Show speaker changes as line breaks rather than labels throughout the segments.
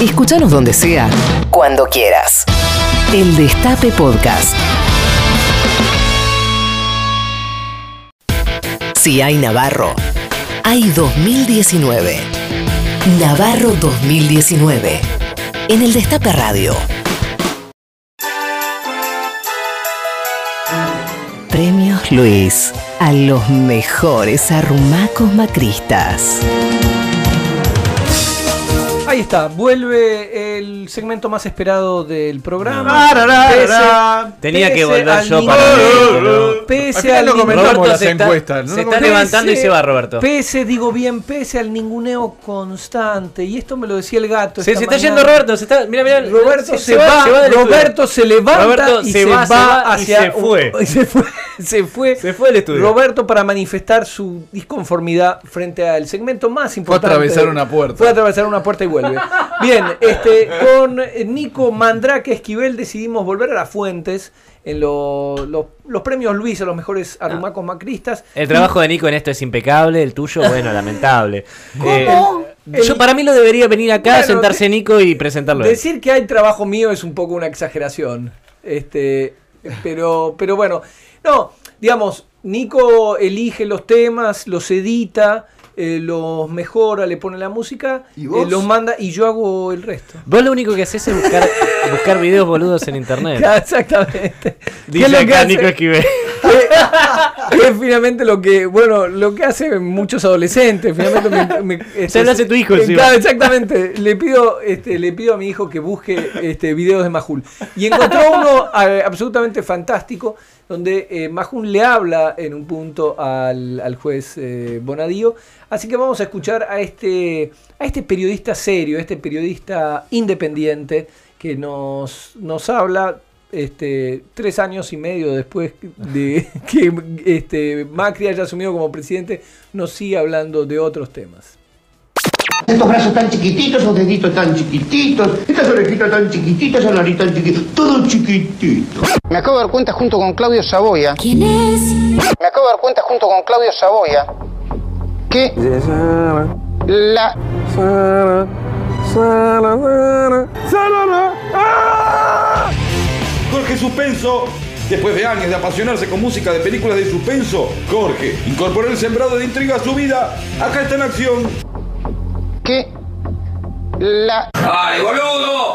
Escúchanos donde sea, cuando quieras. El Destape Podcast. Si hay Navarro, hay 2019. Navarro 2019. En el Destape Radio. Premios Luis a los mejores arrumacos macristas.
Ahí está, vuelve el segmento más esperado del programa.
Tararara.
Tenía que volver
al
yo
ningún-
para leerlo.
Al
Pese
final
al
lo
ningún-
comentamos
Roberto
las
se está-
encuestas. ¿no?
se
Lo
está
comentamos.
levantando y se va, Roberto.
Pese, digo bien, pese al ninguneo constante. Y esto me lo decía el gato.
Se,
esta
se está
mañana.
yendo Roberto, se está. Mira, mira.
Roberto se, va,
del estudio.
Roberto se levanta
Roberto
y
se
se,
va,
va,
se va y
hacia
se fue.
y se fue, se fue.
Se fue del estudio.
Roberto para manifestar su disconformidad frente al segmento más importante.
atravesar una puerta.
Fue a atravesar una puerta y vuelve. Bien, este, con Nico Mandrake Esquivel decidimos volver a las fuentes en lo- lo- los premios Luis a los mejores arrumacos macristas.
El trabajo de Nico en esto es impecable, el tuyo, bueno, lamentable.
¿Cómo?
Eh, yo para mí lo debería venir acá,
Bueno,
sentarse
de-
Nico y presentarlo. él.
Decir que hay trabajo mío es un poco una exageración. Este, pero, pero bueno, no, digamos, Nico elige los temas, los edita, eh, los mejora, le pone la música,
¿Y vos?
eh, los manda y yo hago el resto.
Vos lo único que haces es buscar, buscar videos boludos en internet.
Ya, Exactamente. ¿Qué
Dice
es lo que
acá
hace?
Nico Esquivel.
Que es finalmente lo que, bueno, lo que hacen muchos adolescentes. Finalmente me, me- este,
lo hace tu hijo
eh,
encima.
claro, exactamente. Le pido, este, le pido a mi hijo que busque este, videos de Majul. Y encontró uno a- absolutamente fantástico, donde eh, Majul le habla en un punto al, al juez eh, Bonadío. Así que vamos a escuchar a este, a este periodista serio, a este periodista independiente que nos, nos habla este, tres años y medio después de que este, Macri haya asumido como presidente, nos sigue hablando de otros temas.
Estos brazos tan chiquititos, esos deditos tan chiquititos, estas orejitas tan chiquititas, esa nariz tan chiquitita, todo chiquitito.
Me acabo de dar cuenta junto con Claudio Saboya. ¿Quién es? Me acabo de dar cuenta junto con Claudio Saboya que la
Jorge Suspenso, después de años de apasionarse con música de películas de suspenso, Jorge incorporó el sembrado de intriga a su vida. Acá está en acción.
que la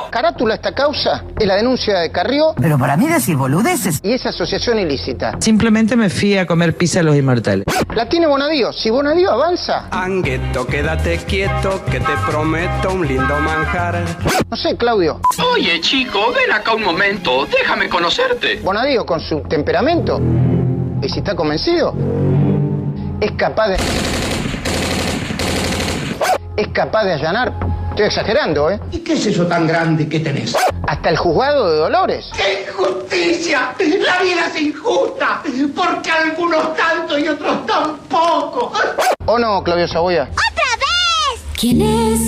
carátula de esta causa es la denuncia de Carrió
Pero para mí decir boludeces.
y esa asociación ilícita.
Simplemente me fui a comer pizza a los inmortales.
La tiene Bonadío. Si Bonadío avanza,
Angueto, quédate quieto, que te prometo un lindo manjar.
no sé, Claudio.
Oye, chico, ven acá un momento, déjame conocerte.
Bonadío con su temperamento y si está convencido es capaz de es capaz de allanar. Estoy exagerando, ¿eh?
¿Y qué es eso tan grande que tenés?
Hasta el juzgado de Dolores.
¡Qué injusticia! La vida es injusta, porque algunos tanto y otros tan poco.
¿O no, Claudio Saboya?
¿Quién es?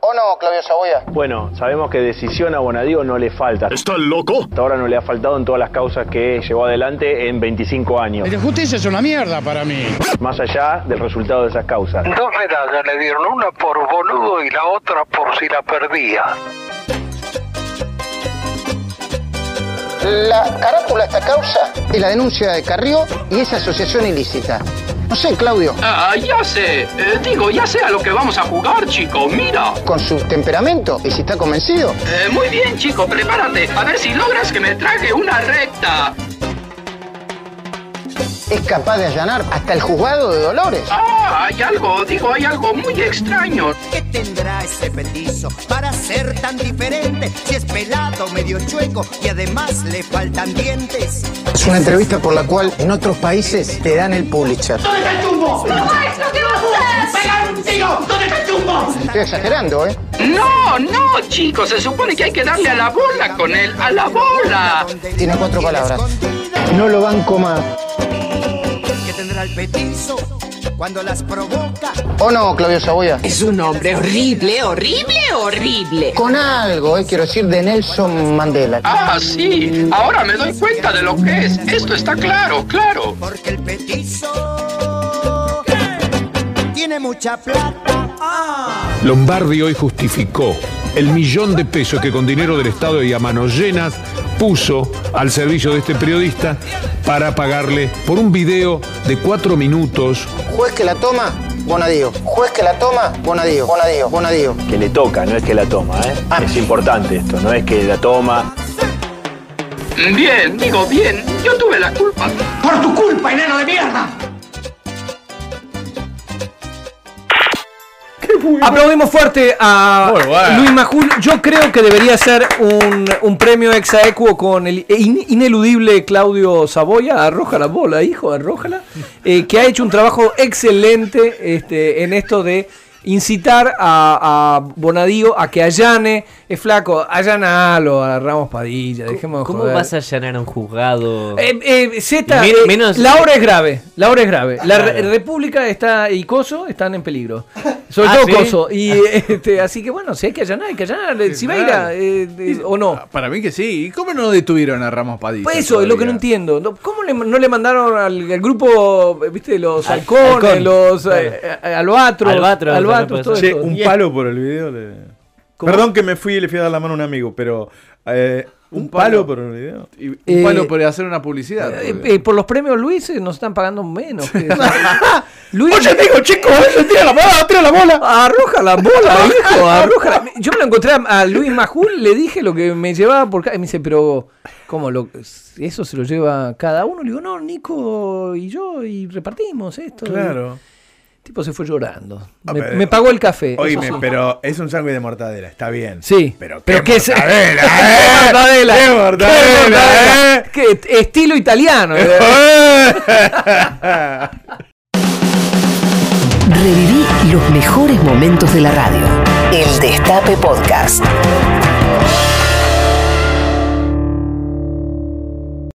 ¿O no, Claudio Saboya?
Bueno, sabemos que decisión a Bonadío no le falta.
¿Estás loco?
Hasta ahora no le ha faltado en todas las causas que llevó adelante en 25 años,
La justicia es una mierda para mí.
más allá del resultado de esas causas.
Dos medallas le dieron, una por boludo y la otra por si la perdía.
La carátula de esta causa es la denuncia de Carrió y esa asociación ilícita. No sé, Claudio,
Ah, ya sé, eh, digo, ya sé a lo que vamos a jugar, chico, mira.
con su temperamento y si está convencido,
Eh, muy bien, chico, prepárate, a ver si logras que me trague una recta.
es capaz de allanar hasta el juzgado de Dolores.
Ah, hay algo, digo, hay algo muy extraño.
¿Qué tendrá ese petizo para ser tan diferente? Si es pelado, medio chueco y además le faltan dientes.
Es una entrevista por la cual en otros países te dan el Pulitzer.
¿Dónde está el chumbo? ¡Maestro, qué vas a ¡Pegar un tiro! ¿Dónde está el chumbo?
Estoy exagerando, ¿eh?
No, no, chico, se supone que hay que darle a la bola con él, a la bola.
Tiene cuatro palabras. No lo banco más.
¿Qué tendrá el petizo cuando las provoca?
¿O no, Claudio Saboya?
Es un hombre horrible, horrible, horrible.
Con algo, ¿eh? Quiero decir, de Nelson Mandela.
Ah, sí, ahora me doy cuenta de lo que es, esto está claro, claro.
Porque el petizo tiene mucha plata. Ah.
Lombardi hoy justificó el millón de pesos que con dinero del Estado y a manos llenas puso al servicio de este periodista para pagarle por un video de cuatro minutos
Juez que la toma, Bonadío. Juez que la toma, Bonadío. Bonadío. Bonadío.
Que le toca, no es que la toma, ¿eh? Es importante esto, no es que la toma.
Bien, digo bien, yo tuve la culpa.
¡Por tu culpa, enano de mierda!
Aplaudimos fuerte a Luis Majul. Yo creo que debería ser un, un premio exaequo con el in- ineludible Claudio Saboya. Arroja la bola, hijo, arrójala. Eh, que ha hecho un trabajo excelente este, en esto de incitar a, a Bonadío a que allane. Es flaco, allanalo a Ramos Padilla. Dejemos de
¿Cómo
joder.
vas a allanar a un juzgado?
Eh, eh, Zeta,
Men-
eh,
menos-
la hora es grave, la hora es grave. La
Claro.
re- República está y Coso están en peligro. Sobre
Ah,
todo
¿sí?
Coso. Y, eh, este, así que bueno, si hay que allanar, hay que allanar. Eh, Si va a ir a, eh, eh, o no.
Ah,
Para mí que sí. ¿Y cómo no detuvieron a Ramos Padilla?
Pues eso es lo que no entiendo. No, ¿Cómo le- no le mandaron al, al grupo, eh, viste, los
Al-
halcones,
halcón,
los
claro.
eh, eh, albatros?
Albatros,
albatros, todo
Che,
eso.
un
Y-
palo por el video. le- Perdón que me fui y le fui a dar la mano a un amigo, pero. eh, un, palo, por el video.
un
Eh,
palo por hacer una publicidad.
Eh, eh, por los premios Luis eh, nos están pagando menos. que- Luis,
Oye, amigo, chico, oye, tira la bola, tira la bola.
Arroja la bola, hijo, arroja la- Yo me lo encontré a, a Luis Majul, le dije lo que me llevaba por cada. Y me dice, pero, ¿cómo lo, eso se lo lleva cada uno? Le digo, no, Nico y yo, y repartimos esto.
Claro.
El tipo se fue llorando.
Ah,
Me,
pero-
me pagó el café. eh, eso
Oíme,
sí.
pero es un sándwich de mortadela, está bien.
Sí.
Pero qué,
Pero qué es-
mortadela,
¡Qué
eh!
mortadela!
¡Qué mortadela,
mortadela! Eh.
eh!
¡Qué t- estilo italiano!
Eh.
Reviví los mejores momentos de la radio. El Destape Podcast.